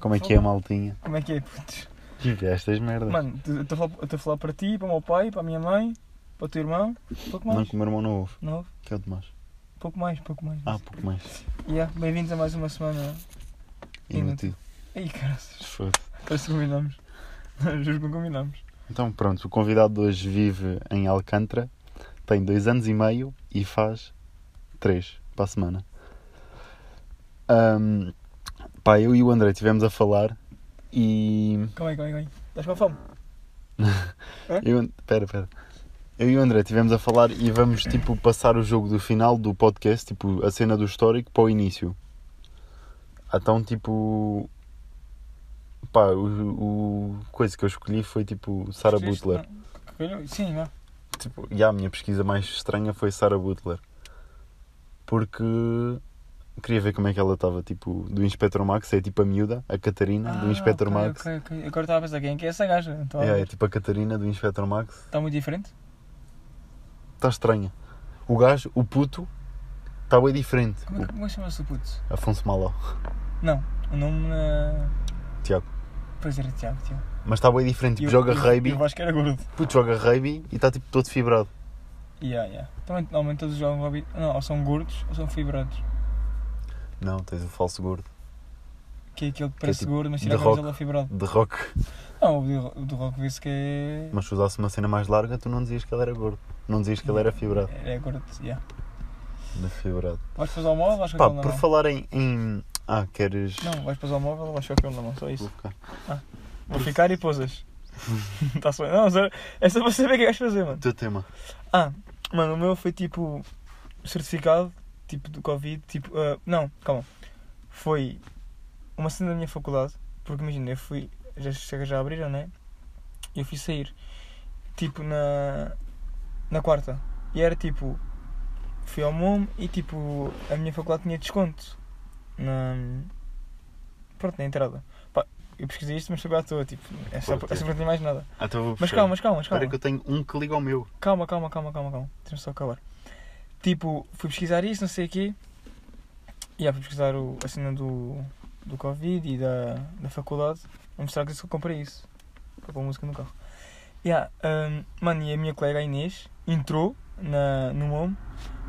Como é que é, maltinha? Como é que é, putos? Que estas merdas. Mano, tu- eu estou a falar- eu estou a falar para ti, para o meu pai, para a minha mãe, para o teu irmão. Pouco não mais. que o meu irmão não ouve, Não, que é o demais. pouco mais, pouco mais. Ah, pouco mais. Yeah, Bem-vindos a mais uma semana. Inútil. Inútil. Aí, caras, Foda. parece que combinamos. Juro que não combinamos. Então pronto, o convidado de hoje vive em Alcântara, tem dois anos e meio e faz três para a semana. Ahm, pá, eu e o André estivemos a falar e Calma aí, calma aí, calma aí. Estás com fome? Eu, pera, pera. Eu e o André estivemos a falar e vamos tipo passar o jogo do final do podcast, tipo a cena do histórico, para o início. Então, tipo. Pá, o, o coisa que eu escolhi foi tipo Sarah Escolheste? Butler. Não. Calhou? Sim, vá. Tipo, e a minha pesquisa mais estranha foi Sarah Butler. Porque queria ver como é que ela estava, tipo, do Inspector Max, é tipo a miúda, a Catarina, do Ah, Inspector ok, Max. ok, ok. Agora estava a pensar quem é que é essa gaja. Então, É, é tipo a Catarina do Inspector Max. Está muito diferente? está tá estranha. O gajo, o puto, está bem diferente. Como é que como é que chama-se o puto? O Afonso Malau, Não, o nome. Uh... Tiago. Pois era Tiago, Tiago. Mas está bem diferente. Tipo, E o- joga e o- rugby, e O Vasco era gordo. puto joga rugby e está tipo todo fibrado. Yeah, yeah. Também, normalmente todos jogam rugby. Não, ou são gordos ou são fibrados. Não, tens o falso gordo. Que é aquele que parece tipo gordo, mas tira The a camisola fibrado. De rock. Não, o do- o do Rock vê-se que é. Mas se usasse uma cena mais larga, tu não dizias que ele era gordo. Não dizias que ele era fibrado. É gordo, yeah. De fibrado. Vais para o móvel, vais com Pá, aquele na por mão. falar em. em- Ah, queres. Não, vais para o móvel, vais com aquele na mão, só isso. Vou ficar. Vou ficar e pousas. tá só. Não, só... é só para saber o que vais fazer, mano. O teu tema. Ah, mano, o meu foi tipo certificado, tipo do Covid, tipo. ah, não, calma. Foi uma cena da minha faculdade, porque imagina, eu fui. Já, já já abriram, né? E eu fui sair, tipo na. na quarta. E era tipo. Fui ao MOM e tipo. a minha faculdade tinha desconto. Na. pronto, na entrada. Pá, eu pesquisei isto, mas foi à toa, tipo. É só, Porquê? é só para não ter mais nada. Ah, então eu vou Mas puxar. calma, mas calma, mas calma. Espera que eu tenho um que liga ao meu. Calma, calma, calma, calma, calma. Deixa-me só acabar. Tipo, fui pesquisar isso, não sei o quê. E yeah, fui pesquisar o, a cena do, do Covid e da, da faculdade. Vou mostrar que eu só comprei isso. Para pôr música no carro. Yeah, hum, mano, e a minha colega a Inês entrou na, no MOM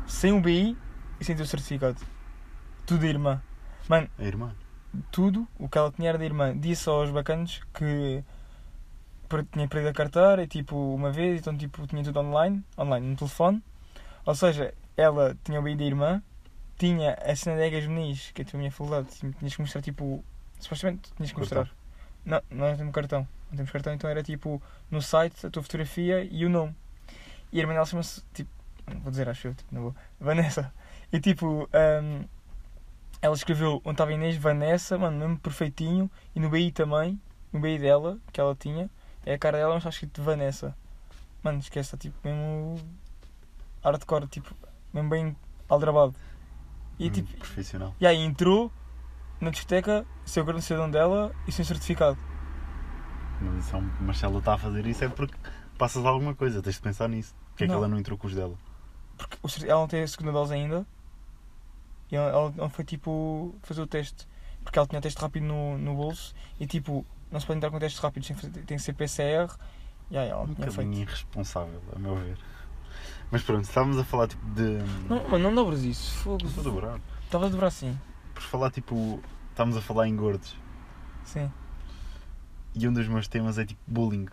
sem o BI e sem ter o certificado. Tudo da irmã. A irmã. Tudo o que ela tinha era da irmã. Disse aos bacanos que per- tinha perdido a carteira e tipo uma vez, então tipo tinha tudo online, online, no telefone. Ou seja, ela tinha o BI da irmã, tinha a cena da Egas Meniz, que é a tua minha faculdade, tinha- tinhas que mostrar tipo. Supostamente tinhas que mostrar. Não, nós temos cartão. Não temos cartão, então era tipo no site a tua fotografia e o nome. E a irmã dela chama-se tipo. não Vou dizer, acho eu, tipo, não vou. Vanessa. E tipo. hum, ela escreveu onde estava Inês, Vanessa, mano, mesmo perfeitinho. E no BI também, no BI dela, que ela tinha, é a cara dela, mas está escrito Vanessa. Mano, esquece, está tipo mesmo hardcore, tipo, mesmo bem aldrabado. E Hum, tipo, Profissional. e aí entrou na discoteca, seu grande cidadão dela e sem certificado. Mas, isso é um- mas se ela está a fazer isso é porque passas alguma coisa, tens de pensar nisso. Porque é que Não. ela não entrou com os dela? Porque o cer- ela não tem a segunda dose ainda. E ela, ela não foi tipo fazer o teste. Porque ela tinha o teste rápido no, no bolso e tipo, não se pode entrar com testes rápidos, tem que fazer- tem que ser PCR. E aí ela um não tinha feito. bocadinho irresponsável, a meu ver. Mas pronto, estávamos a falar tipo de. Não, mano, não dobras isso, fogo. Estou a dobrar. Estava a dobrar sim. Por falar tipo. Estávamos a falar em gordos. Sim, E um dos meus temas é tipo bullying.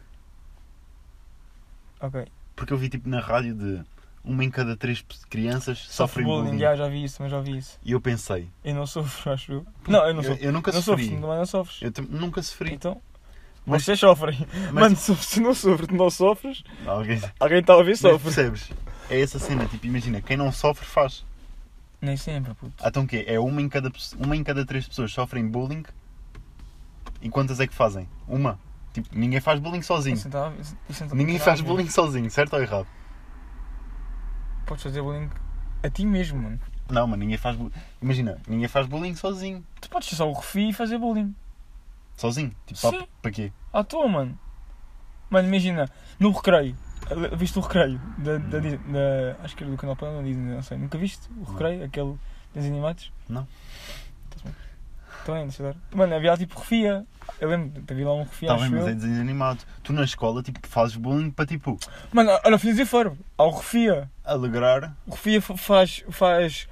ok. Porque eu vi tipo na rádio de uma em cada três pe- crianças sofre bullying. Já, já vi isso, mas já vi isso. E eu pensei. Eu não sofro, acho eu. Não, eu não Eu, sofro. eu nunca não sofri. sofres, mas não sofres. Eu tam- nunca sofri. Então, Mas, vocês sofrem. mas, Mano, se se não sofres, tu não sofres, alguém alguém está a ouvir mas sofre. percebes? É essa cena, tipo, imagina, quem não sofre faz. Nem sempre, puto. Ah, Então o quê? É uma em cada, pe- uma em cada três pessoas sofrem bullying. E quantas é que fazem? Uma. Tipo, ninguém faz bullying sozinho. Isso não tá- isso- isso não tá Ninguém nada. faz bullying sozinho, certo ou errado? Podes fazer bullying a ti mesmo, mano. Não, mas ninguém faz bullying. Imagina, ninguém faz bullying sozinho. Tu podes ser só o refi e fazer bullying. Sozinho. Tipo, Sim. só para quê? À toa, mano. Mano, imagina, no recreio. Viste o recreio? Da, da, Dis- da- acho que era do canal Pan, da Disney, não sei. Nunca viste o recreio? Aquele dos animados? Não. Tá bem. Então é, deixa eu dar. Mano, havia lá tipo refia. Eu lembro, havia lá um refia, Está bem, acho mas eu. é desenho animado. Tu na escola, tipo, fazes bullying para, tipo, Mano, olha, fiz e foro. Ao refia. alegrar. O refia fa- faz, faz,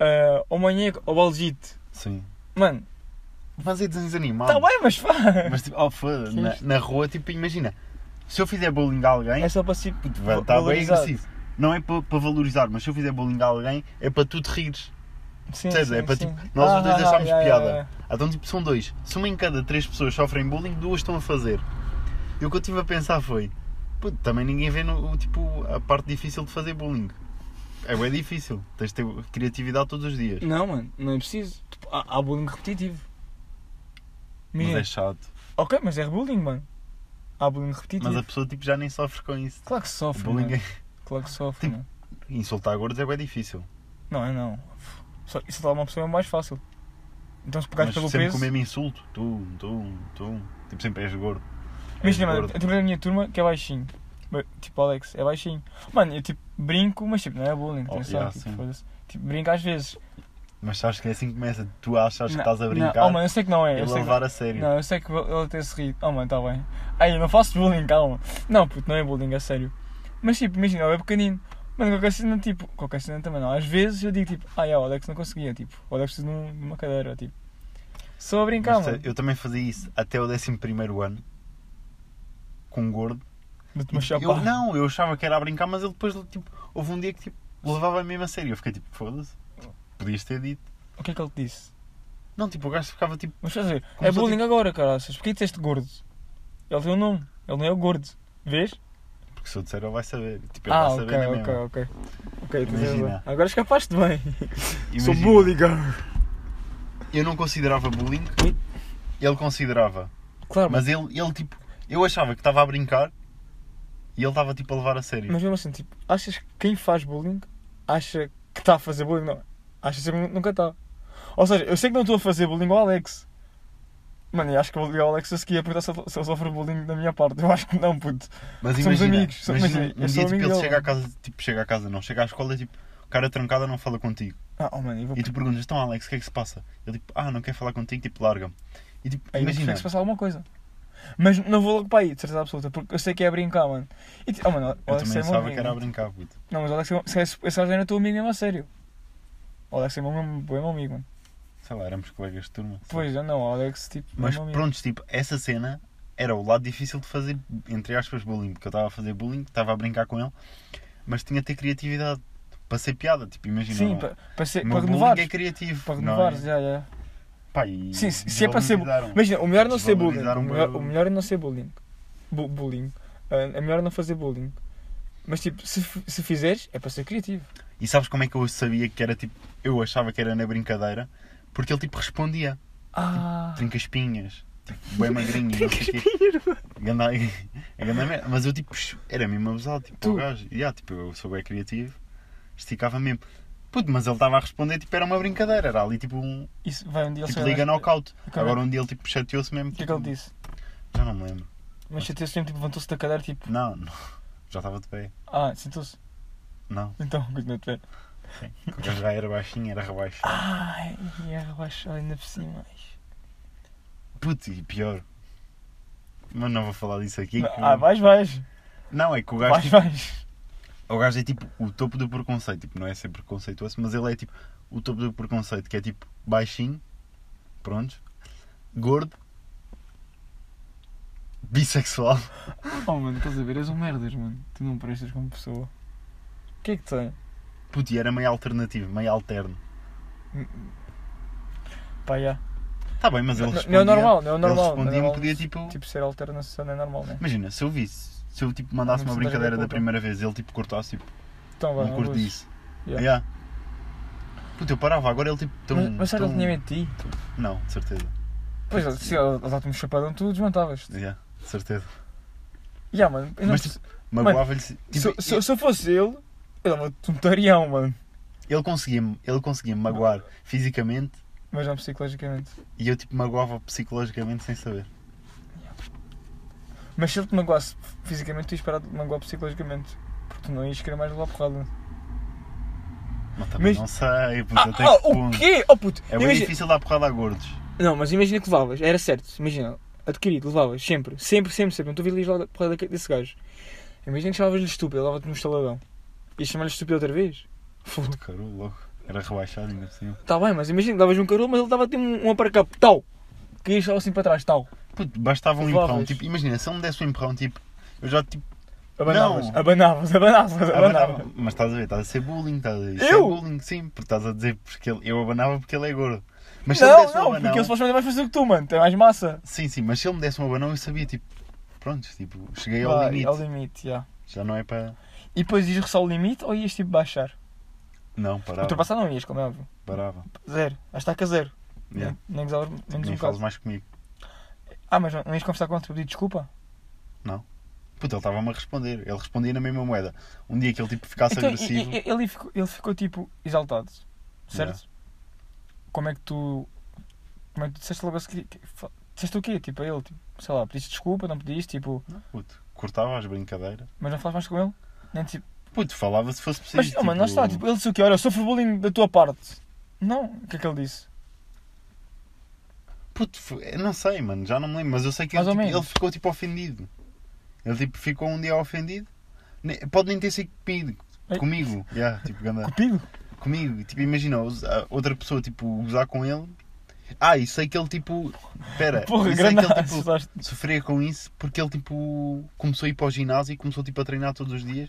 ah, ao manheco, ao balgite. Sim. Mano, Mas é desenhos animados. está Tá bem, mas pá. Mas, tipo, oh, foda Que na, isto? na rua, tipo, imagina. Se eu fizer bullying a alguém, É só para si. puto, vai va- estar Tá bem valorizado. agressivo. Não é para para valorizar, mas se eu fizer bullying a alguém, é para tu te rires. Sim, Ah, Percebes? É para, tipo, nós os dois achámos piada. Então, tipo, são dois. Se uma em cada três pessoas sofrem bullying, duas estão a fazer. E o que eu estive a pensar foi: puto, também ninguém vê no, o, tipo, a parte difícil de fazer bullying. É bem difícil. Tens de ter criatividade todos os dias. Não, mano, não é preciso. Tipo, há, há bullying repetitivo. Mas Imagina. é chato. Ok, mas é bullying, mano. Há bullying repetitivo. Mas a pessoa tipo, já nem sofre com isso. Claro que sofre, bullying mano. é... Claro que sofre, Tipo- mano. Insultar gordos é bem difícil. Não, é não. Só, isso dá uma pessoa é mais fácil. Então Mas se pegares pelo sempre com peso... o mesmo insulto. Tu, tu, tu. Tipo, sempre és gordo. És Imagina, mano, é gordo. eu tenho da minha turma que é baixinho. Ba- Tipo, Alex, é baixinho. Mano, eu tipo brinco, mas tipo, não é bullying, Oh, atenção. yeah, tipo, sim. foda-se. Tipo, brinco às vezes. Mas sabes que é assim que começa. Tu achas que Não, estás a não. brincar Oh, mano, eu sei que não é. e Eu sei que levar a sério. Não, eu sei que ele até se ri. Oh, mano, tá bem. Aí, eu não faço bullying, calma. Não, puto, não é bullying, é sério. Mas tipo, imagina, ele é pequenino. Mano, qualquer cena, tipo, qualquer cena também não. Às vezes eu digo tipo, ah, yeah, o Alex não conseguia, tipo, o Alex precisa de um- de uma cadeira, tipo. Só a brincar, Mas, eh, mano. Eu também fazia isso até o 11 ano. Com um gordo. Dou-te uma E, tipo, chapa. eu- não, eu achava que era a brincar, mas ele depois, tipo, houve um dia que tipo, levava mesmo a sério. Eu fiquei tipo, foda-se. Tipo, Podias ter dito. O que é que ele te disse? Não, tipo, o gajo ficava tipo, Mas fazer, é Começou, tipo bullying agora, caraças. Porquê disseste gordo? Ele tem um nome, ele não é o gordo. Vês? porque se eu disser ele vai saber. Tipo, ele Ah, vai ok, saber na mesma. ok, ok. Ok, tens Imagina. razão. Agora escapaste bem. Sou Imagina, bullying, cara. Eu não considerava bullying. Ele considerava. Claro, mas, Mas ele, ele tipo, eu achava que estava a brincar e ele estava tipo a levar a sério. mas mesmo assim, tipo, achas que quem faz bullying acha que está a fazer bullying? Não. Acha sempre que nunca está. Ou seja, eu sei que não estou a fazer bullying ao Alex. Mano, eu acho que vou ligar ao Alex a seguir a perguntar se ele se ele sofre bullying da minha parte. Eu acho que não, puto. Mas Somos imagina, amigos, somos- imagina, um imagina, eu dia sou tipo, amigo ele dele. chega à casa, tipo, chega à casa, não, chega à escola e tipo, o cara trancada não fala contigo. Ah, oh, mano, eu vou. E tu perguntas, então Alex, o que é que se passa? Ele tipo, ah, não quer falar contigo, tipo, larga-me. E tipo, Aí imagina, imagina. se passar alguma coisa. Mas não vou logo para aí, de certeza absoluta, porque eu sei que é a brincar, mano. E, ti- oh, mano, o eu Alex também é meu achava que amigo. era a brincar, puto. Não, mas o Alex, é meu- se esse esse gajo era teu amigo mesmo a sério. O Alex é meu, meu, meu, meu amigo, mano. Sei lá, éramos colegas de turma. Pois, eu não, o Alex, tipo, é Mas meu amigo. pronto, tipo, essa cena era o lado difícil de fazer, entre aspas, bullying, porque eu estava a fazer bullying, estava a brincar com ele, mas tinha de ter criatividade para ser piada, tipo, imagina. Sim, não- para, para, ser, o para meu bullying renovar. é criativo. Para não é? renovar, já, já. Pá, e Sim, se- se é para ser bu- desvalorizaram. Imagina, o melhor é não ser bullying. Desvalorizaram O melhor, bué o- o melhor é não ser bullying. Bu- bullying. Ah, É melhor não fazer bullying. Mas, tipo, se, f- se fizeres, é para ser criativo. E sabes como é que eu sabia que era tipo. Eu achava que era na brincadeira, porque ele tipo respondia: Ah, trinca espinhas, tipo, bem magrinho, não sei o quê. Ganda- é ganda merda. Mas eu tipo, era mesmo abusado, tipo, Tu- o gajo. Yeah, tipo, eu sou bem criativo, esticava mesmo. Puto, mas ele estava a responder, tipo, era uma brincadeira, era ali tipo um. isso vai um dia Tipo, saber liga mais- knockout. Ok. Agora um dia ele tipo chateou-se mesmo. O que é que ele disse? Já não me lembro. Mas chateou-se mesmo, tipo, levantou-se da cadeira, tipo, Não, não. já estava de pé. ah, sentou-se. Não, Então, continua de pé. o gajo já era baixinho, era rebaixo. Ai, e arrochou ainda por cima. Puto, e pior. Mas não vou falar disso aqui. é que- Ah, vais, vais. Não, é que o gajo, Vais, vais. tipo, o gajo é tipo o topo do preconceito. Tipo, não é ser preconceituoso, mas ele é tipo o topo do preconceito, que é tipo baixinho, pronto, gordo, bissexual. Oh, mano, estás a ver? És um merdas, mano. Tu não prestas como pessoa. O que é que tem? Puto, e era meio alternativo, meio alterno. Pá, já. Tá bem, mas ele Não, respondia. não é normal, não é normal. Ele respondia, não é não normal. podia tipo... Tipo, ser alternação não é normal, né? Imagina, se eu visse, se eu tipo mandasse Não uma se daria brincadeira da conta. primeira vez, ele tipo cortasse, tipo, Então, vá, não curto vou- isso. Yeah. Yeah. Puto, eu parava, agora ele tipo tão. Mas, mas será que ele tão- tinha medo de ti? Não, de certeza. Pois, se ele dá-te um chapadão, tu desmontavas. Já, Yeah, de certeza. mano. eu não Mas, perce- Magoava-lhe. se- se, Tipo, se- se eu fosse ele, ele dava-te um tarião, mano. Ele conseguia-me ele conseguia -me magoar fisicamente Mas não psicologicamente. e eu tipo magoava psicologicamente sem saber. Mas se ele te magoasse fisicamente, tu ias parar de magoar psicologicamente. Porque tu não ias querer mais levar porrada. Mas também Mas- não sei, puto, Ah, até ah, que o ponto. quê? Oh puto, É bem imagina, difícil dar porrada a gordos. Não, mas imagina que levavas, era certo, imagina, adquirido, levavas, sempre, sempre, sempre, sempre. Não estou a vir lá porra daque- desse gajo. Imagina que chamavas-lhe estúpido, ele levava-te num estaladão. Ias chamar-lhe estúpido outra vez? Foda-se. Carol, logo. Era rebaixado, ainda por cima. Tá bem, mas imagina que davas um carol, mas ele dava-te um, um aparcap, tal. Caías só assim para trás, tal. Puto, bastava um Levavas. empurrão. Tipo, imagina, se ele me desse um empurrão, tipo, eu já tipo. Abanavas, Não. abanavas, abanavas, Abanava. abanavas. Mas estás a ver, estás a ser bullying, estás a ver? Isso Eu? É bullying, sim, porque estás a dizer porque ele, eu abanava porque ele é gordo. Mas se ele Não, me desse um não, abanão. porque ele supostamente é mais fácil que tu, mano, tem mais massa. Sim, sim, mas se ele me desse um abanão, eu sabia, tipo, pronto, tipo, cheguei ao Vai, limite. ao limite, já. Já não é para. E depois ias só o limite ou ias tipo baixar? Não, Para parava. Ultrapassar não ias, como é óbvio. Parava. Zero. Hashtag a zero. Yeah. Nem, nem gozava menos Nem um falas caso. mais comigo. Ah, mas não, não ias conversar com ele, pedir desculpa? Puta, ele estava-me a responder. Ele respondia na mesma moeda. Um dia que ele tipo, ficasse Então, e- agressivo. e- e- ele, ficou, ele ficou tipo exaltado, certo? Como é que tu. Como é que tu disseste logo a seguir? Que- fa- Disseste o quê? Tipo a ele, tipo, sei lá, pediste desculpa, não pediste, tipo, Não, puto, cortava as brincadeiras. mas não falas mais com ele? Nem tipo. Puto, falava se fosse possível. mas não, mano, lá está, tipo, ele disse o quê? Olha, eu sofro bullying da tua parte. Não, o que é que ele disse? Puto, foi- eu não sei, mano, já não me lembro, mas eu sei que ele, Mais ou tipo, menos. ele ficou tipo ofendido. Ele tipo ficou um dia ofendido. Ne- Pode nem ter sido comigo. Ei. Comigo, yeah, tipo, ganda. Cupido? comigo. Tipo, imagina, os- a outra pessoa tipo gozar com ele. Ah, e sei que ele tipo. Pera, Porra, e sei que grande ele tipo assustaste. sofria com isso porque ele tipo começou a ir para o ginásio e começou tipo a treinar todos os dias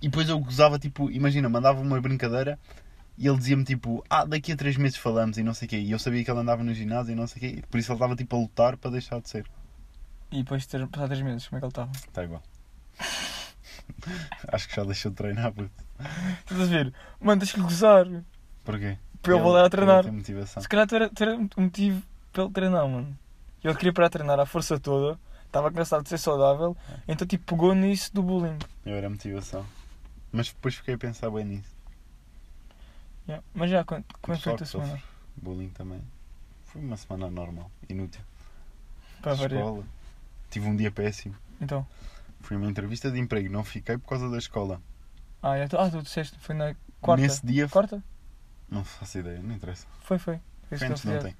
e depois eu gozava tipo, imagina, mandava uma brincadeira e ele dizia-me tipo, ah, daqui a três meses falamos e não sei o quê. E eu sabia que ele andava no ginásio e não sei o quê, e por isso ele estava tipo a lutar para deixar de ser. E depois de ter passado 3 meses, como é que ele estava? Está Tá igual. Acho que já deixou de treinar, puto. Estás a ver? Mano, tens que gozar Porquê? para ele voltar a treinar. Ele tem motivação. Então, Se calhar tu era, tu era um motivo para ele treinar, mano. Ele queria para treinar a força toda, estava cansado de ser saudável, É. então tipo pegou nisso do bullying. Eu era motivação. Mas depois fiquei a pensar bem nisso. Yeah. Mas já, quando- como é que foi Pessoal que sofre a tua semana? Bullying também. Foi uma semana normal, inútil. Para variar. Escola. Tive um dia péssimo. Então. Foi uma entrevista de emprego, não fiquei por causa da escola. Ah, já tu, ah, tu disseste, foi na quarta. Nesse dia. Quarta? Não faço ideia, não interessa. Foi, foi. Foi Foi isso que eu antes de fiz. ontem.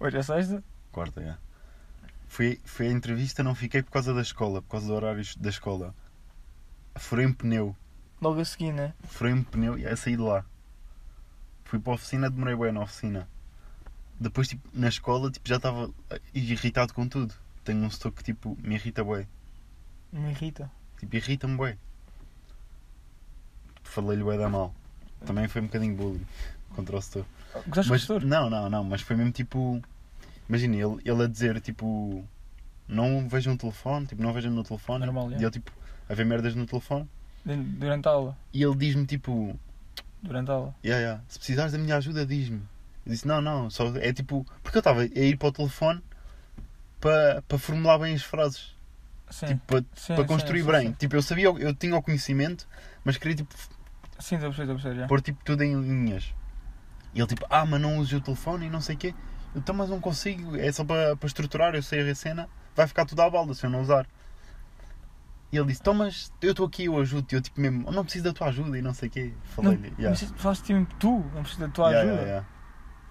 Hoje é sexta? Quarta, já. Foi, foi a entrevista, não fiquei por causa da escola, por causa do horário da escola. Furei um pneu. Logo a seguir, né? Furei um pneu e aí saí de lá. Fui para a oficina, demorei bem na oficina. Depois, tipo, na escola, tipo, já estava eh, irritado com tudo. Tenho um setor que, tipo, me irrita bem. Me irrita. Tipo, irrita-me bem. Falei-lhe bem da mal. Também foi um bocadinho bullying contra o setor. Gostaste do Mas- professor? não, não, não, mas foi mesmo tipo. Imagina, ele, ele a dizer tipo. Não vejam o telefone, tipo, não vejam no telefone. Normal, e é. ele tipo, a ver merdas no telefone. Dentro- Durante a aula. E ele diz-me tipo, Durante a aula. yeah, yeah, se precisares da minha ajuda, diz-me. Eu disse, não, não, só é tipo. Porque eu estava a ir para o telefone para, para formular bem as frases. Sim. Tipo, para, sim, para sim, construir É. sim, bem. Sim, Tipo, eu sabia, eu tinha o conhecimento, mas queria tipo sim estou a perceber, estou a perceber, já. pôr tipo tudo em linhas. E ele tipo, ah, mas não use o telefone e não sei o quê. Eu, Então, mas não consigo, é só para para estruturar, eu sei a cena, vai ficar tudo à balda se eu não usar. E ele disse, então, mas eu estou aqui, eu ajudo-te. Eu tipo mesmo, eu não preciso da tua ajuda e não sei o quê. Não, Falei-lhe, mas se falaste tipo tu, não preciso da tua yeah, ajuda. yeah, yeah.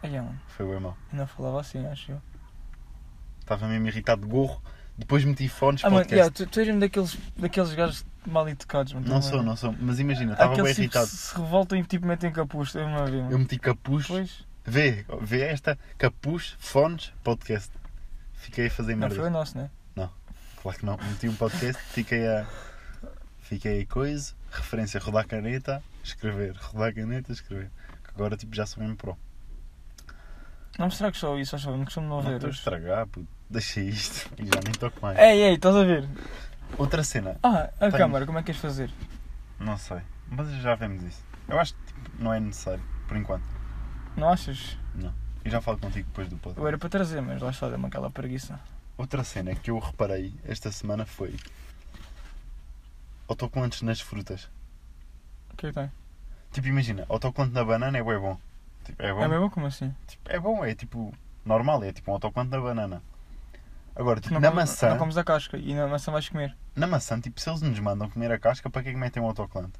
Ai, é, mano, Foi bem mal. eu não falava assim, acho eu. Estava mesmo irritado de gorro, depois meti fones, Ah, mano, podcast. yeah, tu, tu és um daqueles, daqueles gajos mal educados, mano. Não também. sou, não sou, mas imagina, estava bem Aqueles tipo, que irritado. se revoltam e tipo metem capuz, eu não vi, mano. Eu meti capuz, Pois, vê, vê esta, capuz, fones, podcast. Fiquei a fazer não merda. foi o nosso, né? Claro que não, meti um podcast, fiquei a. Fiquei a coisa, referência, rodar caneta, escrever, rodar caneta, escrever. Que agora tipo já sou mesmo pro. Não me estragues só isso, acho eu, não costumo não Não tá- ver. É. estou a hoje. estragar, puto. Deixa isto e já nem toco mais. Ei, ei, estás a ver? Outra cena, Ah, a Tenho. câmara, como é que queres fazer? não sei, mas já vemos isso. Eu acho que tipo, não é necessário, por enquanto. Não achas? Eu já falo contigo depois do Eu podcast. era para trazer, mas lá está, dá-me aquela preguiça. Outra cena que eu reparei esta semana foi. Autocolantes nas frutas. O que é que tem? Tipo, imagina, autocolante na banana é bué bom. Tipo, é bom, É mesmo como assim? Tipo, é bom, é tipo normal, é tipo um autocolante na banana. Agora, tipo, Não na comes- maçã, Não comes a casca e na maçã vais comer. na maçã, tipo, se eles nos mandam comer a casca, para que é que metem um autocolante?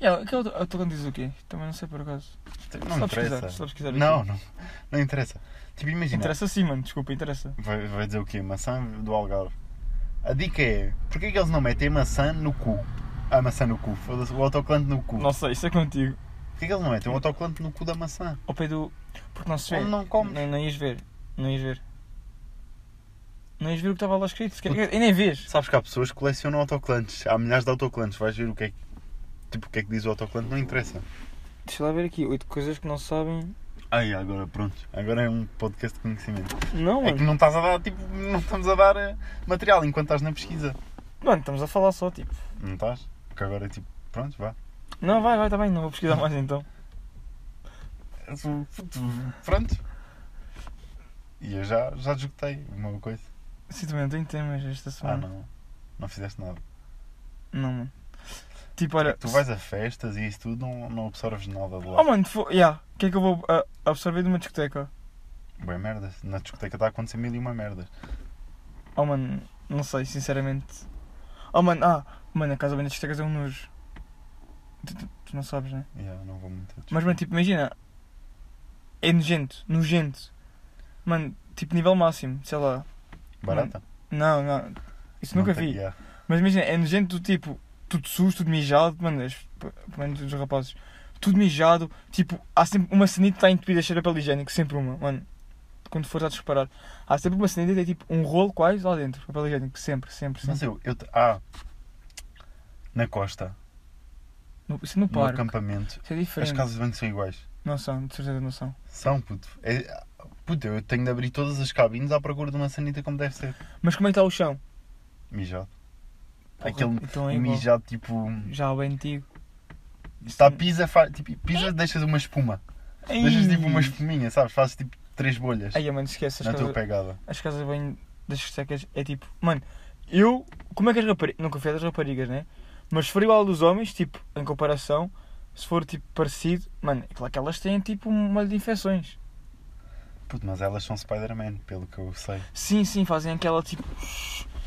E ela, aquele auto- autocolante diz o quê? Também não sei por acaso. Tipo, Não Só interessa. pesquisar, só pesquisar aqui. Não, não. Não interessa. Tipo, imagina. Interessa sim, mano, desculpa, interessa. Vai, vai dizer o quê? Maçã do Algarve. A dica é, porquê que eles não metem a maçã no cu? A maçã no cu, foda-se, o autocolante no cu. Não sei, isso é contigo. Porquê que eles não metem o autocolante no cu da maçã? Ao pé do. Porque não se vê. Como não comes? Não, não ias ver. Não ias ver. Não ias ver o que estava lá escrito. sequer- E nem vês. Sabes que há pessoas que colecionam autocolantes. Há milhares de autocolantes. Vais ver o que é que, tipo, o que, é que diz o autocolante, não interessa. Deixa lá ver aqui. Oito coisas que não sabem. Ai, agora pronto. Agora é um podcast de conhecimento. Não, É que mano. não estás a dar, tipo, não estamos a dar eh, material enquanto estás na pesquisa. Mano, estamos a falar só, tipo. Não estás? Porque agora é tipo, pronto, vá. Não, vai, vai, tá bem. Não vou pesquisar mais então. É Puto, um Pronto. E eu já, já desgotei uma coisa. Sinto bem, não tenho temas esta Ah, semana. não. Não fizeste nada. não. mano. Tipo, olha. É que tu vais a festas e isso tudo, não, não absorves nada de Oh, lá. mano, fo... yeah. o que é que eu vou ah, absorver de uma discoteca? Bem, merda. Na discoteca está a acontecer mil e uma merdas. Oh, mano, não sei, sinceramente. Oh, mano, ah, mano, a casa bem das discotecas é um nojo. Tu, tu- tu não sabes, né? Yeah, não vou muito. a Mas, discoteca. mano, tipo, imagina. É nojento, nojento. Mano, tipo, nível máximo, sei lá. Barata? Não, não, tipo, isso nunca Não tem- vi. yeah. Mas imagina, é nojento do tipo, tudo sujo, tudo mijado, mano, as- pelo menos os rapazes, tudo mijado, tipo, há sempre uma sanita que está entupida, cheira pelo higiênico, sempre uma, mano. Quando for já reparar, há sempre uma sanita que tem tipo um rolo quase lá dentro, papel higiênico, sempre, sempre, Mas sempre. eu, eu. te- Ah. Na costa, No, isso no no parque, acampamento, isso é as diferente. casas de banho são iguais. Não são, de certeza não são. São, puto. É, puto, eu tenho de abrir todas as cabines à procura de uma sanita como deve ser. Mas como é que está o chão? Mijado. Porra, Aquele então é igual. mijado tipo. Já bem antigo. Está pisa, faz, tipo, pisa, deixas uma espuma. Ei! Deixas tipo uma espuminha, sabes? Fazes tipo três bolhas Ai, mano, esquece as na tua casas, pegada. as casas bem das secas é tipo, mano, eu, como é que as raparigas, nunca fui das raparigas, né? Mas se for igual ao dos homens, tipo, em comparação, se for tipo parecido, mano, é claro que elas têm tipo um molho de infecções. Puto, mas elas são Spider-Man, pelo que eu sei. Sim, sim, fazem aquela tipo,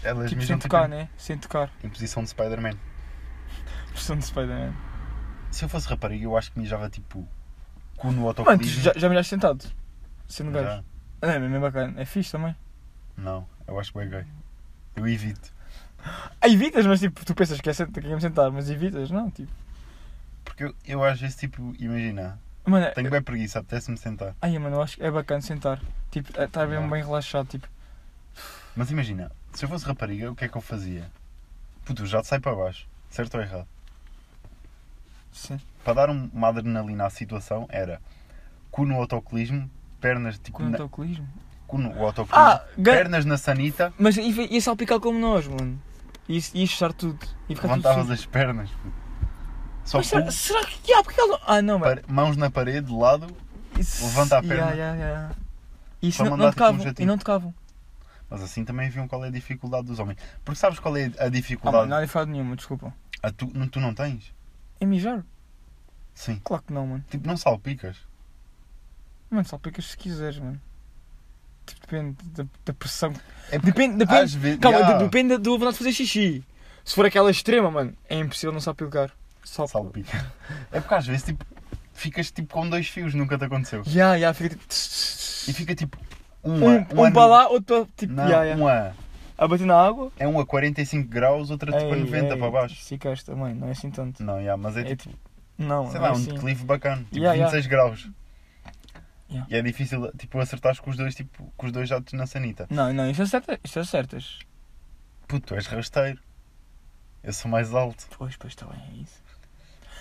Elas tipo mijam sem tipo, tocar, né? Sem tocar. em posição de Spider-Man. Pressão de Spider-Man. Se eu fosse rapariga, eu acho que mijava tipo cu no Mano, tu autocolismo. já, já miraste sentado? Sendo Já. gajo. Não, é mesmo bacana, é fixe também. Não, eu acho que é gay. Eu evito. Ah, evitas, mas tipo, tu pensas que é sent- que é sentar, mas evitas, não, tipo. Porque eu, eu às vezes, tipo, imagina, Mano, é- tenho bem preguiça, apetece-me sentar. Ai, mano, eu acho que é bacana sentar. Tipo, é- tá mesmo Yeah. bem relaxado. Tipo, Mas imagina, se eu fosse rapariga, o que é que eu fazia? Puto, eu já te sai para baixo, certo ou errado? sim. Para dar um- uma adrenalina à situação, era cu no autocolismo, pernas, tipo, Quanto na, ao colismo. cu no o autocolismo, Ah, ga- pernas na sanita, mas ia, ia salpicar como nós, mano. Ia, ia fechar tudo. Ia ficar tudo levantavas sujo. é, as pernas, puto. Só Mas será, cu, será que. Yeah, porque ela não... Ah, não, mano. par- mãos na parede, de lado, Isso- levanta a yeah, perna. yeah, yeah. E Isso Para não, mandar, não tipo, um tocavam. e jatinho. não tocavam. Ah, mas assim também viam qual é a dificuldade dos homens. Porque sabes qual é a Ah, mano, dificuldade? não há dificuldade nenhuma, desculpa. A tu, não- tu não tens? É mijar? Sim. Claro que não, mano. Tipo, não salpicas. Mano, salpicas se quiseres, mano. Tipo, depende da, da pressão. É porque Depende, depende. às vezes- Calma, Ya, de- depende da tua vontade de fazer xixi. Se for aquela extrema, mano, é impossível não salpicar. Sal... Salpica. É porque às vezes tipo, ficas tipo com dois fios, nunca te aconteceu. Ya, ya, fica tipo. E fica tipo um, Um, a- um, a para no- lá, outro para. Tipo, Não, ya, ya. um a. A bater na água. É um a 45 graus, outra tipo a 90 para baixo. Ficas também, não é assim tanto. Não, yeah, mas é É tipo, tipo. Não, sei não lá, é um assim. declive bacana. Tipo Ya, ya. 26 graus. Ya. E é difícil tipo, acertares com os dois, tipo, com os dois jatos na sanita. Não, não, isso acerta, isso é acertas. Puto, tu és rasteiro. Eu sou mais alto. Pois, pois, está bem, é isso.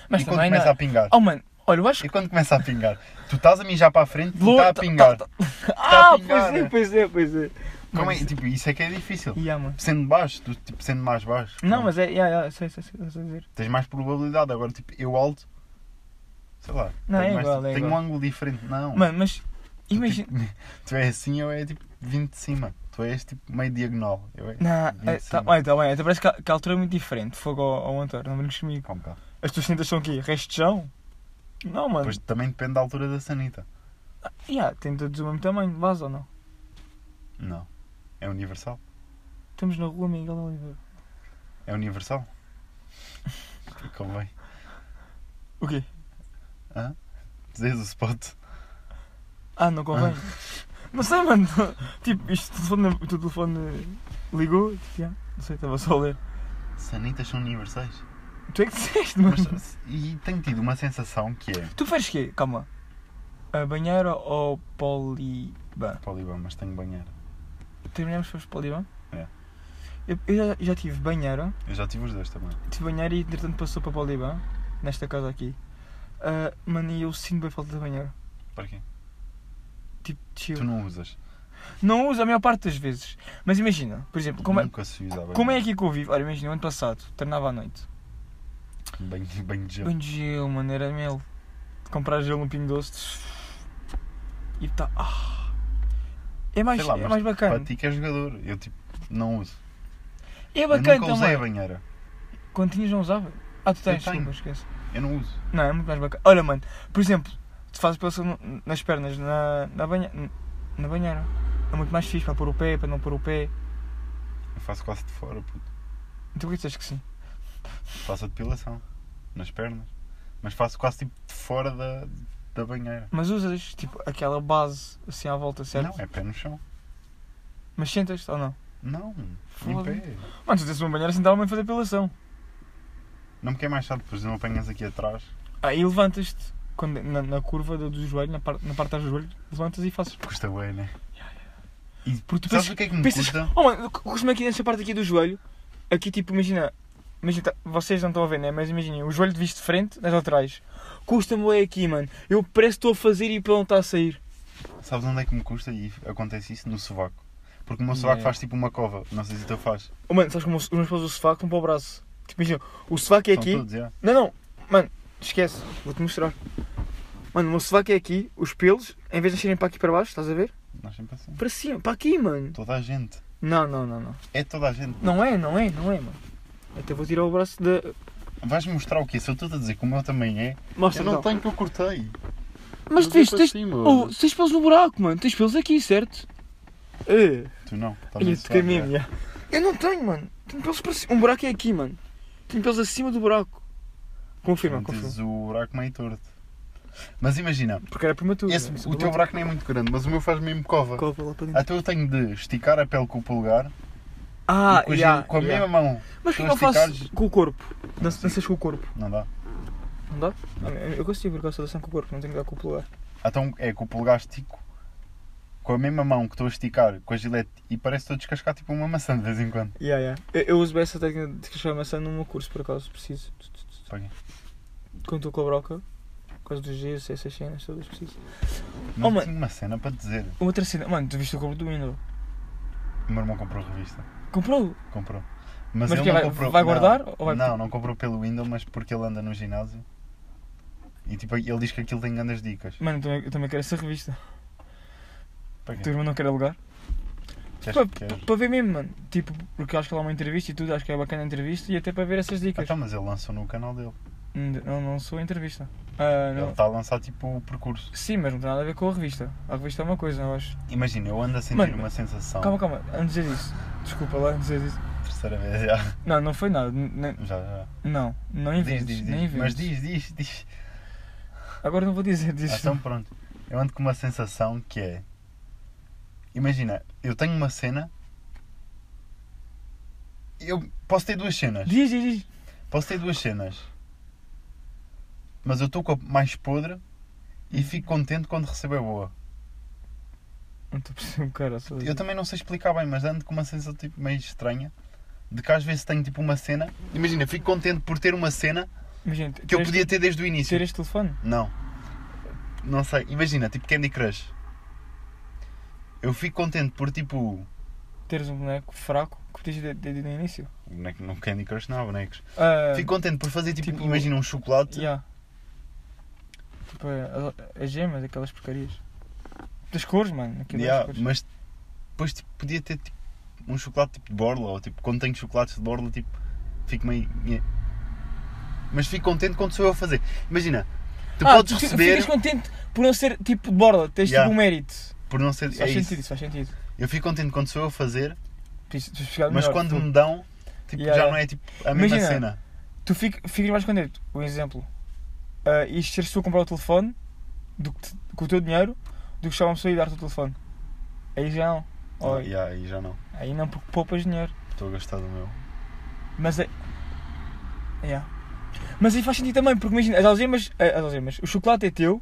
Mas e quando também não. começa a pingar? Oh, mano, olha, eu acho E que. quando começa a pingar? Tu estás a mijar para a frente e Lo- está a tá- pingar. tá- Ah, pingar. né? pois é, pois é, pois é. Como é? Mas- Tipo, isso é que é difícil. Ya, mano. Sendo baixo, tu, tipo, sendo mais baixo. Não, mas é. Ya, ya, sei, sei, sei, sei, sei dizer. tens mais probabilidade. Agora, tipo, eu alto, sei lá, Não, tenho, é mais- igual, é tenho um igual. ângulo diferente, não. Mano, mas. Tu, Imagina. tipo, tu és assim, eu é tipo 20 de cima. Tu és tipo meio diagonal. Eu é. Não, Vinte e é, tá cinco. bem, tá bem. Até parece que a, que a altura é muito diferente. Fogo ao, ao Antônio, não brinques comigo. Calma, calma. As tuas cintas são aqui, resto de chão? Não, mano. Ah, Depois também depende da altura da sanita. Yeah, tem todos o mesmo tamanho, vaza ou não? Não. É universal? Estamos na rua é? Miguel Oliveira. É universal? Convém. O quê? Dizes o spot. Ah, não convém. Ah. Não sei, mano. Tipo, isto o telefone, o teu telefone ligou. Tipo, já, não sei, estava só a ler. Sanitas são universais. Tu é que disseste, mano. Mas, e tenho tido uma sensação que é. Tu preferes quê? Calma. A banheira ou poliban? Polibão, mas tenho banheiro. Terminamos para os poliban? É. Eu, eu já, já tive banheira. Eu já tive os dois também. Tive banheira e entretanto passou para poliban. Nesta casa aqui. Ah, mano, e eu sinto bem falta de banheiro. Para quê? Tipo, Tu chill. não usas. Não uso a maior parte das vezes. Mas imagina, por exemplo, como é, Nunca se usava. como é aqui que eu vivo? Olha, imagina, o ano passado, treinava à noite. Banho, banho de gelo. Banho de gelo, mano, era mel. Comprar gelo no Pingo Doce. E está. ah. é mais, Sei lá, é mas mais Para bacana. ti que é jogador. Eu tipo, não uso. É eu bacana nunca usei também. a banheira. Quando tinhas não usava? Ah, tu tens, Eu tenho. desculpa, esquece. Eu não uso. Não, é muito mais bacana. Olha, mano, por exemplo, tu fazes pelação no- nas pernas, na, na, banha, na banheira. É muito mais fixe para pôr o pé, para não pôr o pé. Eu faço quase de fora, puto. Tu que disseste que sim? Faço a depilação. Nas pernas. Mas faço quase tipo de fora da, da banheira. Mas usas, tipo, aquela base assim à volta, certo? Não, é pé no chão. Mas sentas-te ou não? Não. Em Foda. pé. Mano, se tens uma banheira, sentava-me a fazer pelação. Não me quer mais chato, depois não apanhas aqui atrás. Aí levantas-te quando- na, na curva do, do joelho, na, parte na parte atrás do joelho, levantas e fazes. Custa bem, né? E Porque tu sabes pensas- o que é que me pensas- custa? Oh mano, eu costumo aqui nesta parte aqui do joelho, aqui tipo, imagina, imagina tá- vocês não estão a ver, né? Mas imaginem, o joelho de visto de frente, nas laterais. Custa-me bem aqui, mano. Eu parece que estou a fazer e para não está a sair. Sabes onde é que me custa e acontece isso? No sovaco. Porque o meu Yeah. sovaco faz tipo uma cova. Não sei se o teu faz. Oh mano, sabes como os os meus pés do sofá estão para o braço? Tipo, imagina, o sofá que é São aqui. todos, yeah. Não, não, mano, esquece, vou-te mostrar. Mano, o meu sovaco é aqui, os pelos, em vez de nascerem para aqui para baixo, estás a ver? Nós sempre assim. Para cima, para aqui, mano. Toda a gente. Não, não, não, não. É toda a gente. Não é, não é, não é, mano. Até vou tirar o braço da. Vais-me mostrar o quê? Se eu estou a dizer que o meu também é. Mostra, eu não então. tenho que eu cortei. Mas eu tens, vou para tens, cima. oh, tens pelos no buraco, mano. Tens pelos aqui, certo? É. Tu não. tá Estás Olha, no te sovaco, caminho, yeah. já. Eu não tenho, mano. Tenho pelos para cima. Um buraco é aqui, mano. Tenho pelos acima do buraco. Confirma, Não confirma. Tens o buraco meio torto. Mas imagina, Porque era prematuro. esse- né? o teu buraco nem é muito grande, mas o meu faz mesmo cova. Copa lá para dentro. Até eu tenho de esticar a pele com o polegar Ah, e com, a já, gi- com a já. mesma mão. Mas o que é que eu Dois faço ticares. com o corpo? Dan- Danças com o corpo, Não dá. não dá? Não, eu- Eu consigo por causa da dança com o corpo, não tenho que dar com o polegar. Então é com o polegar estico com a mesma mão que estou a esticar com a gilete e parece que estou a descascar tipo uma maçã de vez em quando. Yeah, yeah. Eu, eu uso bem essa técnica de descascar a maçã no meu curso, por acaso, preciso. Para quê? Quando estou com a broca, por causa dos gesso, essas cenas todas, preciso. Mas Oh, mano. tinha uma cena para te dizer. Outra cena, mano, tu viste o corpo do Windows? O meu irmão comprou a revista. Comprou? Comprou. Mas quem vai- vai guardar não, ou vai- Não, não comprou pelo Windows, mas porque ele anda no ginásio. E tipo, ele diz que aquilo tem grandes dicas. Mano, eu também, eu também quero essa revista. Para O quê? teu irmão não quer alugar? É, Queres- Para, queres? para ver mesmo, mano. Tipo, porque acho que lá há uma entrevista e tudo, acho que é bacana a entrevista e até para ver essas dicas. Então, mas ele lançou no canal dele. N- Não, não sou a entrevista. Ah, Ele não. está a lançar tipo o percurso. Sim, mas não tem nada a ver com a revista. A revista é uma coisa, eu acho. Imagina, eu ando a sentir Mano, uma sensação. Calma, calma, antes de dizer isso. Desculpa lá, antes de dizer isso. Terceira vez já. Não, não foi nada. N- nem- Já, já. não, não inventes. Diz, diz, nem diz. inventes. Mas diz, diz, diz. Agora não vou dizer, Ah, diz Então pronto. Eu ando com uma sensação que é. Imagina, eu tenho uma cena. Eu posso ter duas cenas. Diz, diz, diz. Posso ter duas cenas. Mas eu estou com a mais podre e fico contente quando recebo a boa. Não estou a perceber um cara. Só... Eu também não sei explicar bem, mas ando com uma sensação tipo, meio estranha. De que às vezes tenho tipo uma cena. Imagina, fico contente por ter uma cena Imagina, que eu teres- podia ter desde o início. Ter este telefone? Não. Não sei. Imagina, tipo Candy Crush. Eu fico contente por tipo. Teres um boneco fraco que podias ter ter tido no início? boneco- Não Candy Crush não há bonecos. Ah, Fico contente por fazer tipo, tipo- imagina um chocolate. Yeah. Tipo, a- a- as gemas, aquelas porcarias. Das cores, mano. Aquilo das Yeah, cores. mas depois tipo, podia ter tipo, um chocolate tipo de borla. Ou tipo, quando tenho chocolates de borla, tipo, fico meio. nhé. Mas fico contente quando sou eu a fazer. Imagina, tu Ah, podes fi- receber Ficas contente por não ser tipo de borda, tens Yeah. tipo um mérito. por não ser. É faz isso. sentido, isso faz sentido. Eu fico contente quando sou eu a fazer, Tens- tens chegado mas É melhor. quando Tu- me dão, tipo, Yeah, já yeah. não é tipo a mesma Imagina, cena. Tu fica- ficas mais contente. Um exemplo. ah, e seres tu a comprar o telefone do que te- com o teu dinheiro do que chamam a pessoa e dar-te o telefone. Aí já não. Ou- Ah, yeah, aí já não. Aí não, porque poupas dinheiro. Estou a gastar do meu. Mas é. Yeah. Mas aí faz sentido também, porque imagina, as algemas. eh, As algemas. O chocolate é teu,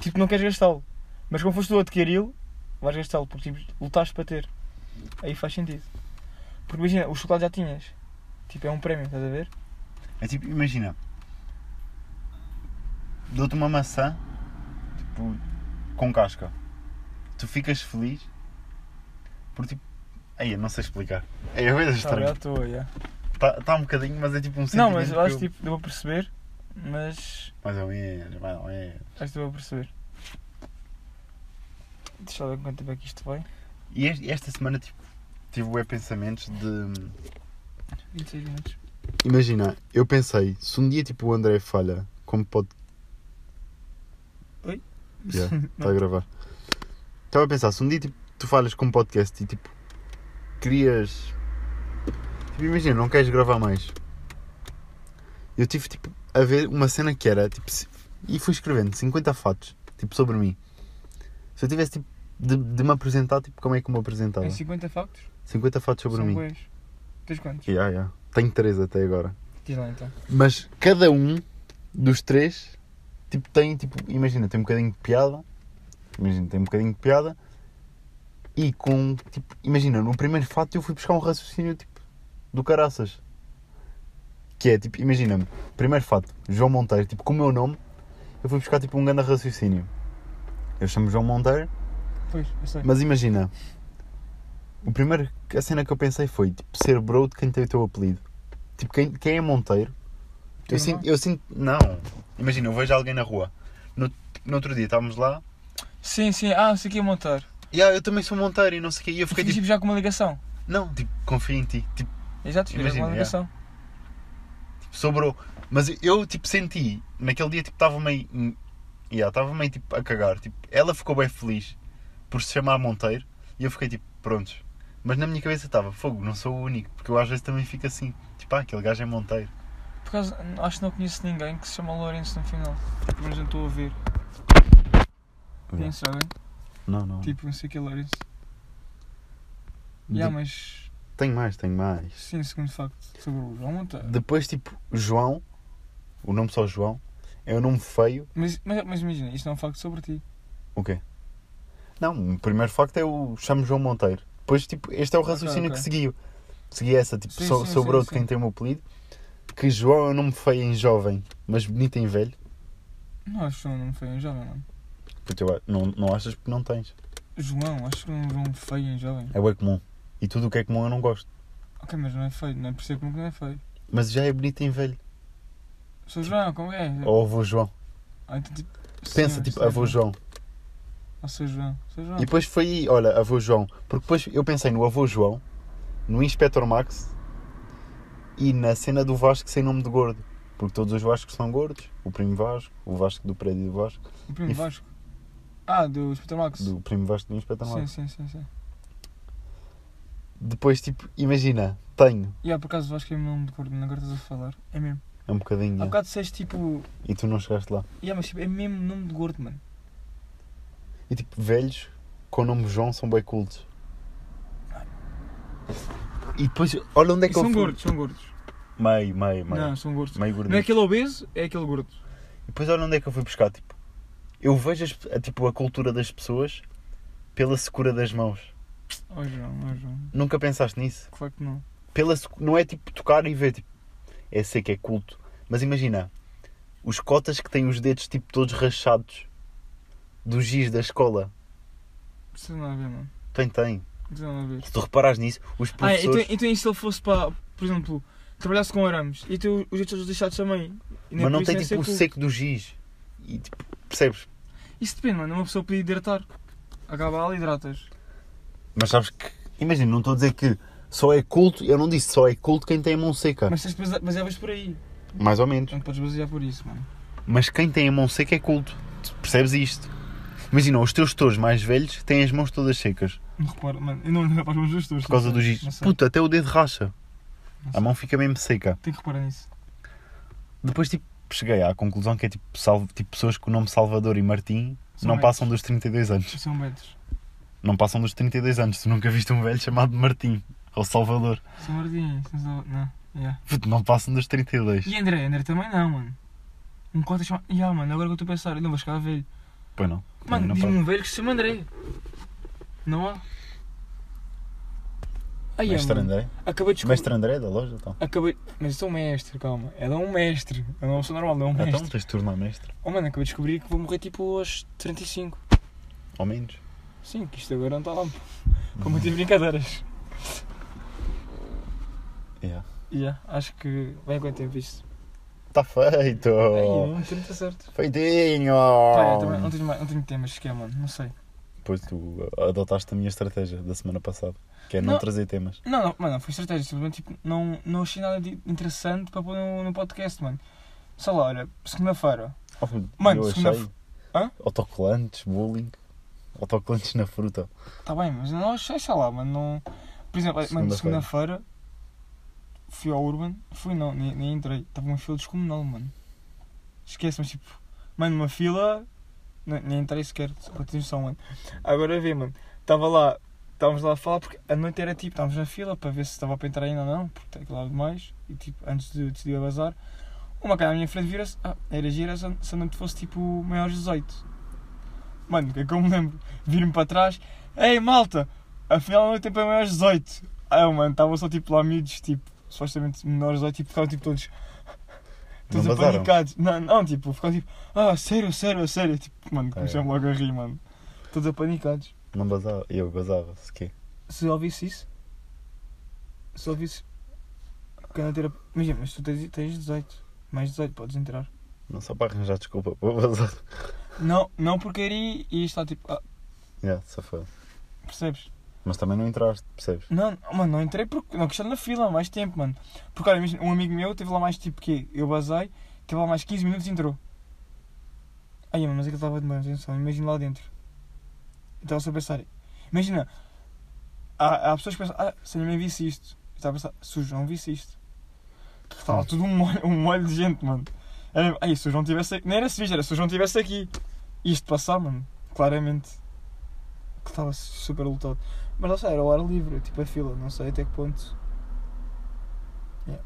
tipo, não queres gastá-lo. Mas como foste tu a adquiri-lo, vais gastá-lo, porque tipo, lutaste para ter. Aí faz sentido. Porque imagina, o chocolate já tinhas. Tipo, é um prémio, estás a ver? É tipo, imagina. Dou-te uma maçã, tipo, com casca. Tu ficas feliz por tipo. Aí, eu não sei explicar. É a vez Está bem à estranho. toa, yeah. Está tá um bocadinho, mas é tipo um Tá Não, sentimento mas eu que é acho tipo, deu a perceber, mas. Mais ou menos, mais ou menos. Acho que deu a perceber. Deixa eu ver quanto tempo é que isto vai. E este- esta semana tipo, tive bué pensamentos de. 26 minutos. Imagina, eu pensei, se um dia tipo o André falha, como pode. Oi? Já, está tá a gravar. Estava a pensar, se um dia tipo, tu falhas como podcast e tipo. Querias. Tipo, imagina, não queres gravar mais. Eu tive tipo a ver uma cena que era tipo. se- E fui escrevendo 50 fatos, tipo, sobre mim. Se eu tivesse tipo. De, de me apresentar, tipo, como é que me apresentava? Tem 50 factos? 50 fatos sobre São mim. boas. Tens quantos? Ya, ya. Tenho 3 até agora. Diz lá então. Mas cada um dos três tipo, tem, tipo, imagina, tem um bocadinho de piada. Imagina, tem um bocadinho de piada. E com, tipo, imagina, no primeiro fato eu fui buscar um raciocínio, tipo, do caraças. Que é, tipo, imagina-me, primeiro fato, João Monteiro, tipo, com o meu nome, eu fui buscar, tipo, um grande raciocínio. Eu chamo João Monteiro, Pois, eu sei. mas imagina, o primeiro, a cena que eu pensei foi, tipo, ser bro de quem tem o teu apelido. Tipo, quem, quem é Monteiro Teu eu sinto, irmão? eu sinto. Não. Imagina, eu vejo alguém na rua. No, no outro dia estávamos lá. Sim, sim. Ah, não sei o que é montar. E ah, eu também sou monteiro e não sei o quê. E eu fiquei Fiquei tipo. tipo já com uma ligação. Não, tipo, confio em ti. Tipo, Exato, fiquei já com Imagina, uma yeah. ligação. sobrou. Mas eu, tipo, senti. Naquele dia, tipo, estava meio. hum, Yeah, estava meio tipo a cagar. Tipo, ela ficou bem feliz por se chamar Monteiro. E eu fiquei tipo, prontos. Mas na minha cabeça estava, fogo, não sou o único. Porque eu às vezes também fico assim. Tipo, ah, aquele gajo é Monteiro. Por acaso, n- acho que não conheço ninguém que se chama Lourenço no final. Pelo menos não estou a ver. Nem sabem. Não, não. Tipo, não sei o que é Lourenço. De- Yeah, mas. Tenho mais, tenho mais. Sim, segundo facto. Sobre o João Montar. Depois, tipo, João, o nome só João, é um nome feio. Mas, mas, mas imagina, isto não é um facto sobre ti. O quê? Não, o primeiro facto é o chamo João Monteiro. Depois, tipo, este é o raciocínio ok. que seguiu. Segui essa, tipo, Sim, so, sim, sobrou sim, de sim. quem tem o meu apelido. Que João é um nome feio em jovem, mas bonito em velho. Não acho que o João não foi um jovem, mano. Porque eu, não, não achas porque não tens. João, acho que é um João feio em jovem. É bem comum. E tudo o que é comum eu não gosto. Ok, mas não é feio, não é percebo como que não é feio. Mas já é bonito em velho. Sou João, como é? Ou avô João. Ah, então, tipo, Oh. Pensa, sim, tipo, sim, avô João. Ah, sou João. Sou João. E depois foi, aí, olha, avô João. Porque depois eu pensei no avô João, no Inspector Max e na cena do Vasco sem nome de gordo. Porque todos os Vascos são gordos. O primo Vasco, o Vasco do prédio do Vasco, O primo e- Vasco. Ah, do Espetor Max. do primo Vasco do Inspector Sim, Max. sim, sim, sim. Depois, tipo, imagina, tenho. E há por acaso o Vasco é o meu nome de cor, agora estás a falar. É mesmo. É um bocadinho. Há é. bocado disseste tipo. E tu não chegaste lá. Yeah, mas tipo, é mesmo nome de gordo, mano. E tipo, velhos com o nome João são bem cultos. E depois, olha onde é E que eu são fui. gordos, são gordos. Meio, meio, meio. Não, são gordos. Meio gordinho. Não é aquele obeso, é aquele gordo. E depois olha onde é que eu fui buscar, tipo, eu vejo as pe- a, tipo, a cultura das pessoas pela secura das mãos. Oh João, oh João. Nunca pensaste nisso? Claro que não. Pela, secu- não é tipo tocar e ver, tipo, é sei que é culto. Mas imagina, os cotas que têm os dedos tipo todos rachados do giz da escola. Isso não há a ver, mano. Tem, tem. Isso não há a ver. Se tu reparares nisso, os Ah, então, professores. então e se ele fosse para, por exemplo, trabalhasse com arames e tem os jeitos todos lixados também? E nem mas não por isso tem é nem tipo sei o tu. seco do giz. E tipo, percebes? Isso depende, mano. Uma pessoa podia hidratar. Acaba ali, hidratas. Mas sabes que. Imagina, não estou a dizer que só é culto, eu não disse só é culto quem tem a mão seca. Mas tens de basar- baseavas por aí. Mais ou menos. Não te podes basear por isso, mano. Mas quem tem a mão seca é culto. Tu percebes isto? Imagina, os teus tutores mais velhos têm as mãos todas secas Não reparo, mano. Eu não olho para os meus gestores. por causa do giz. Puta, até o dedo racha. Não A sei. mão fica mesmo seca. Tenho que reparar nisso. Depois, tipo, cheguei à conclusão que é tipo, salvo, tipo pessoas com o nome Salvador e Martim São não velhos. passam dos 32 anos. São betos. Não passam dos 32 anos. Tu nunca viste um velho chamado Martim ou Salvador. São um Martins. São Sal- Não. Yeah. Puto, não passam dos 32. E André? André também não, mano. Um cota chama. Ya, mano, agora que eu estou a pensar, eu não vou chegar a velho. Pois não. Mano, não diz-me passa. um velho que se chama André. Não há? Ai, é, Mestre mano. André. Acabei de descobrir. Mestre André da loja, então. Acabei. Mas eu sou um mestre, calma. Ela é um mestre. Ela é uma pessoa normal, não é um Então mestre. tens de tornar mestre. Oh, mano, acabei de descobrir que vou morrer tipo aos 35. Ao menos. Sim, que isto agora não está lá. Com muitas Hum. brincadeiras. Yeah. Yeah, acho que vai quanto tempo isto? Está feito. Ai, eu não tenho certo. Feitinho. Pá, eu também não tenho, mais- não tenho temas, que é, mano, não sei. Pois tu adotaste a minha estratégia da semana passada, que é não, Não. trazer temas. Não, não, mano, foi estratégia, simplesmente tipo, não, não achei nada de interessante para pôr no, no podcast, mano. Sei lá, olha, segunda-feira. Oh, puto, Mano, eu segunda- achei Hã? autocolantes, bullying, autocolantes na fruta. Está Tá bem, mas eu não achei, sei lá, mano, não. Por exemplo, olha, mano, segunda-feira fui ao Urban, fui não, nem, nem entrei. Estava uma fila descomunal, mano. Esquece, mas tipo, mano, uma fila. Nem, nem entrei sequer, só para ter noção, mano. Agora vê, mano, estava lá, estávamos lá a falar porque a noite era tipo, estávamos na fila para ver se estava para entrar ainda ou não, porque está claro demais. E tipo, antes de decidir bazar, uma cara à minha frente vira-se, ah, era gira se a- se a noite fosse tipo maiores de 18. Mano, que é que eu me lembro? Vir-me para trás, ei malta, afinal a noite é para maiores de 18. Ah, mano, estavam só tipo lá miúdos, tipo, supostamente menores de 18, tipo, ficavam tipo todos. Não Todos vazaram? apanicados. Não, não, tipo, ficavam tipo, ah, sério, sério, sério. Tipo, mano, comecei-me logo a rir, mano. Todos apanicados. Não basava, eu basava, se quê? Se ouvisse isso, se ouvisse. Quando eu ter a... Imagina, mas tu tens, tens 18. Mais 18, podes entrar. Não só para arranjar desculpa para basar. Não, não porque aí e está tipo. ah, Yeah, safado. percebes? Mas também não entraste, percebes? Não, mano, não entrei porque não quis estar na fila mais tempo, mano. Porque olha, imagina, um amigo meu teve lá mais tipo que eu basei, teve lá mais 15 minutos e entrou. Ai, mano, mas aquilo estava de mãos, atenção, imagina lá dentro. Eu estava só a pensar, imagina, há, há pessoas que pensam, ah, se eu nem visse isto. Eu estava a pensar, se o João visse isto. Estava Hum. tudo um molho, um molho de gente, mano. Era, ai, se o João tivesse aqui, nem era se visse, era se o João tivesse aqui. Isto passar, mano, claramente. Que estava super lotado. Mas não sei, era o ar livre, tipo a fila, não sei até que ponto. Estão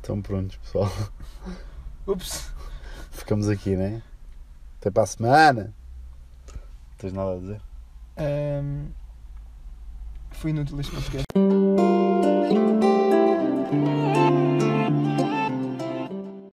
Então prontos, pessoal. Ups! Ficamos aqui, né? Até para a semana. Não tens nada a dizer? Ahm, Foi inútil este podcast.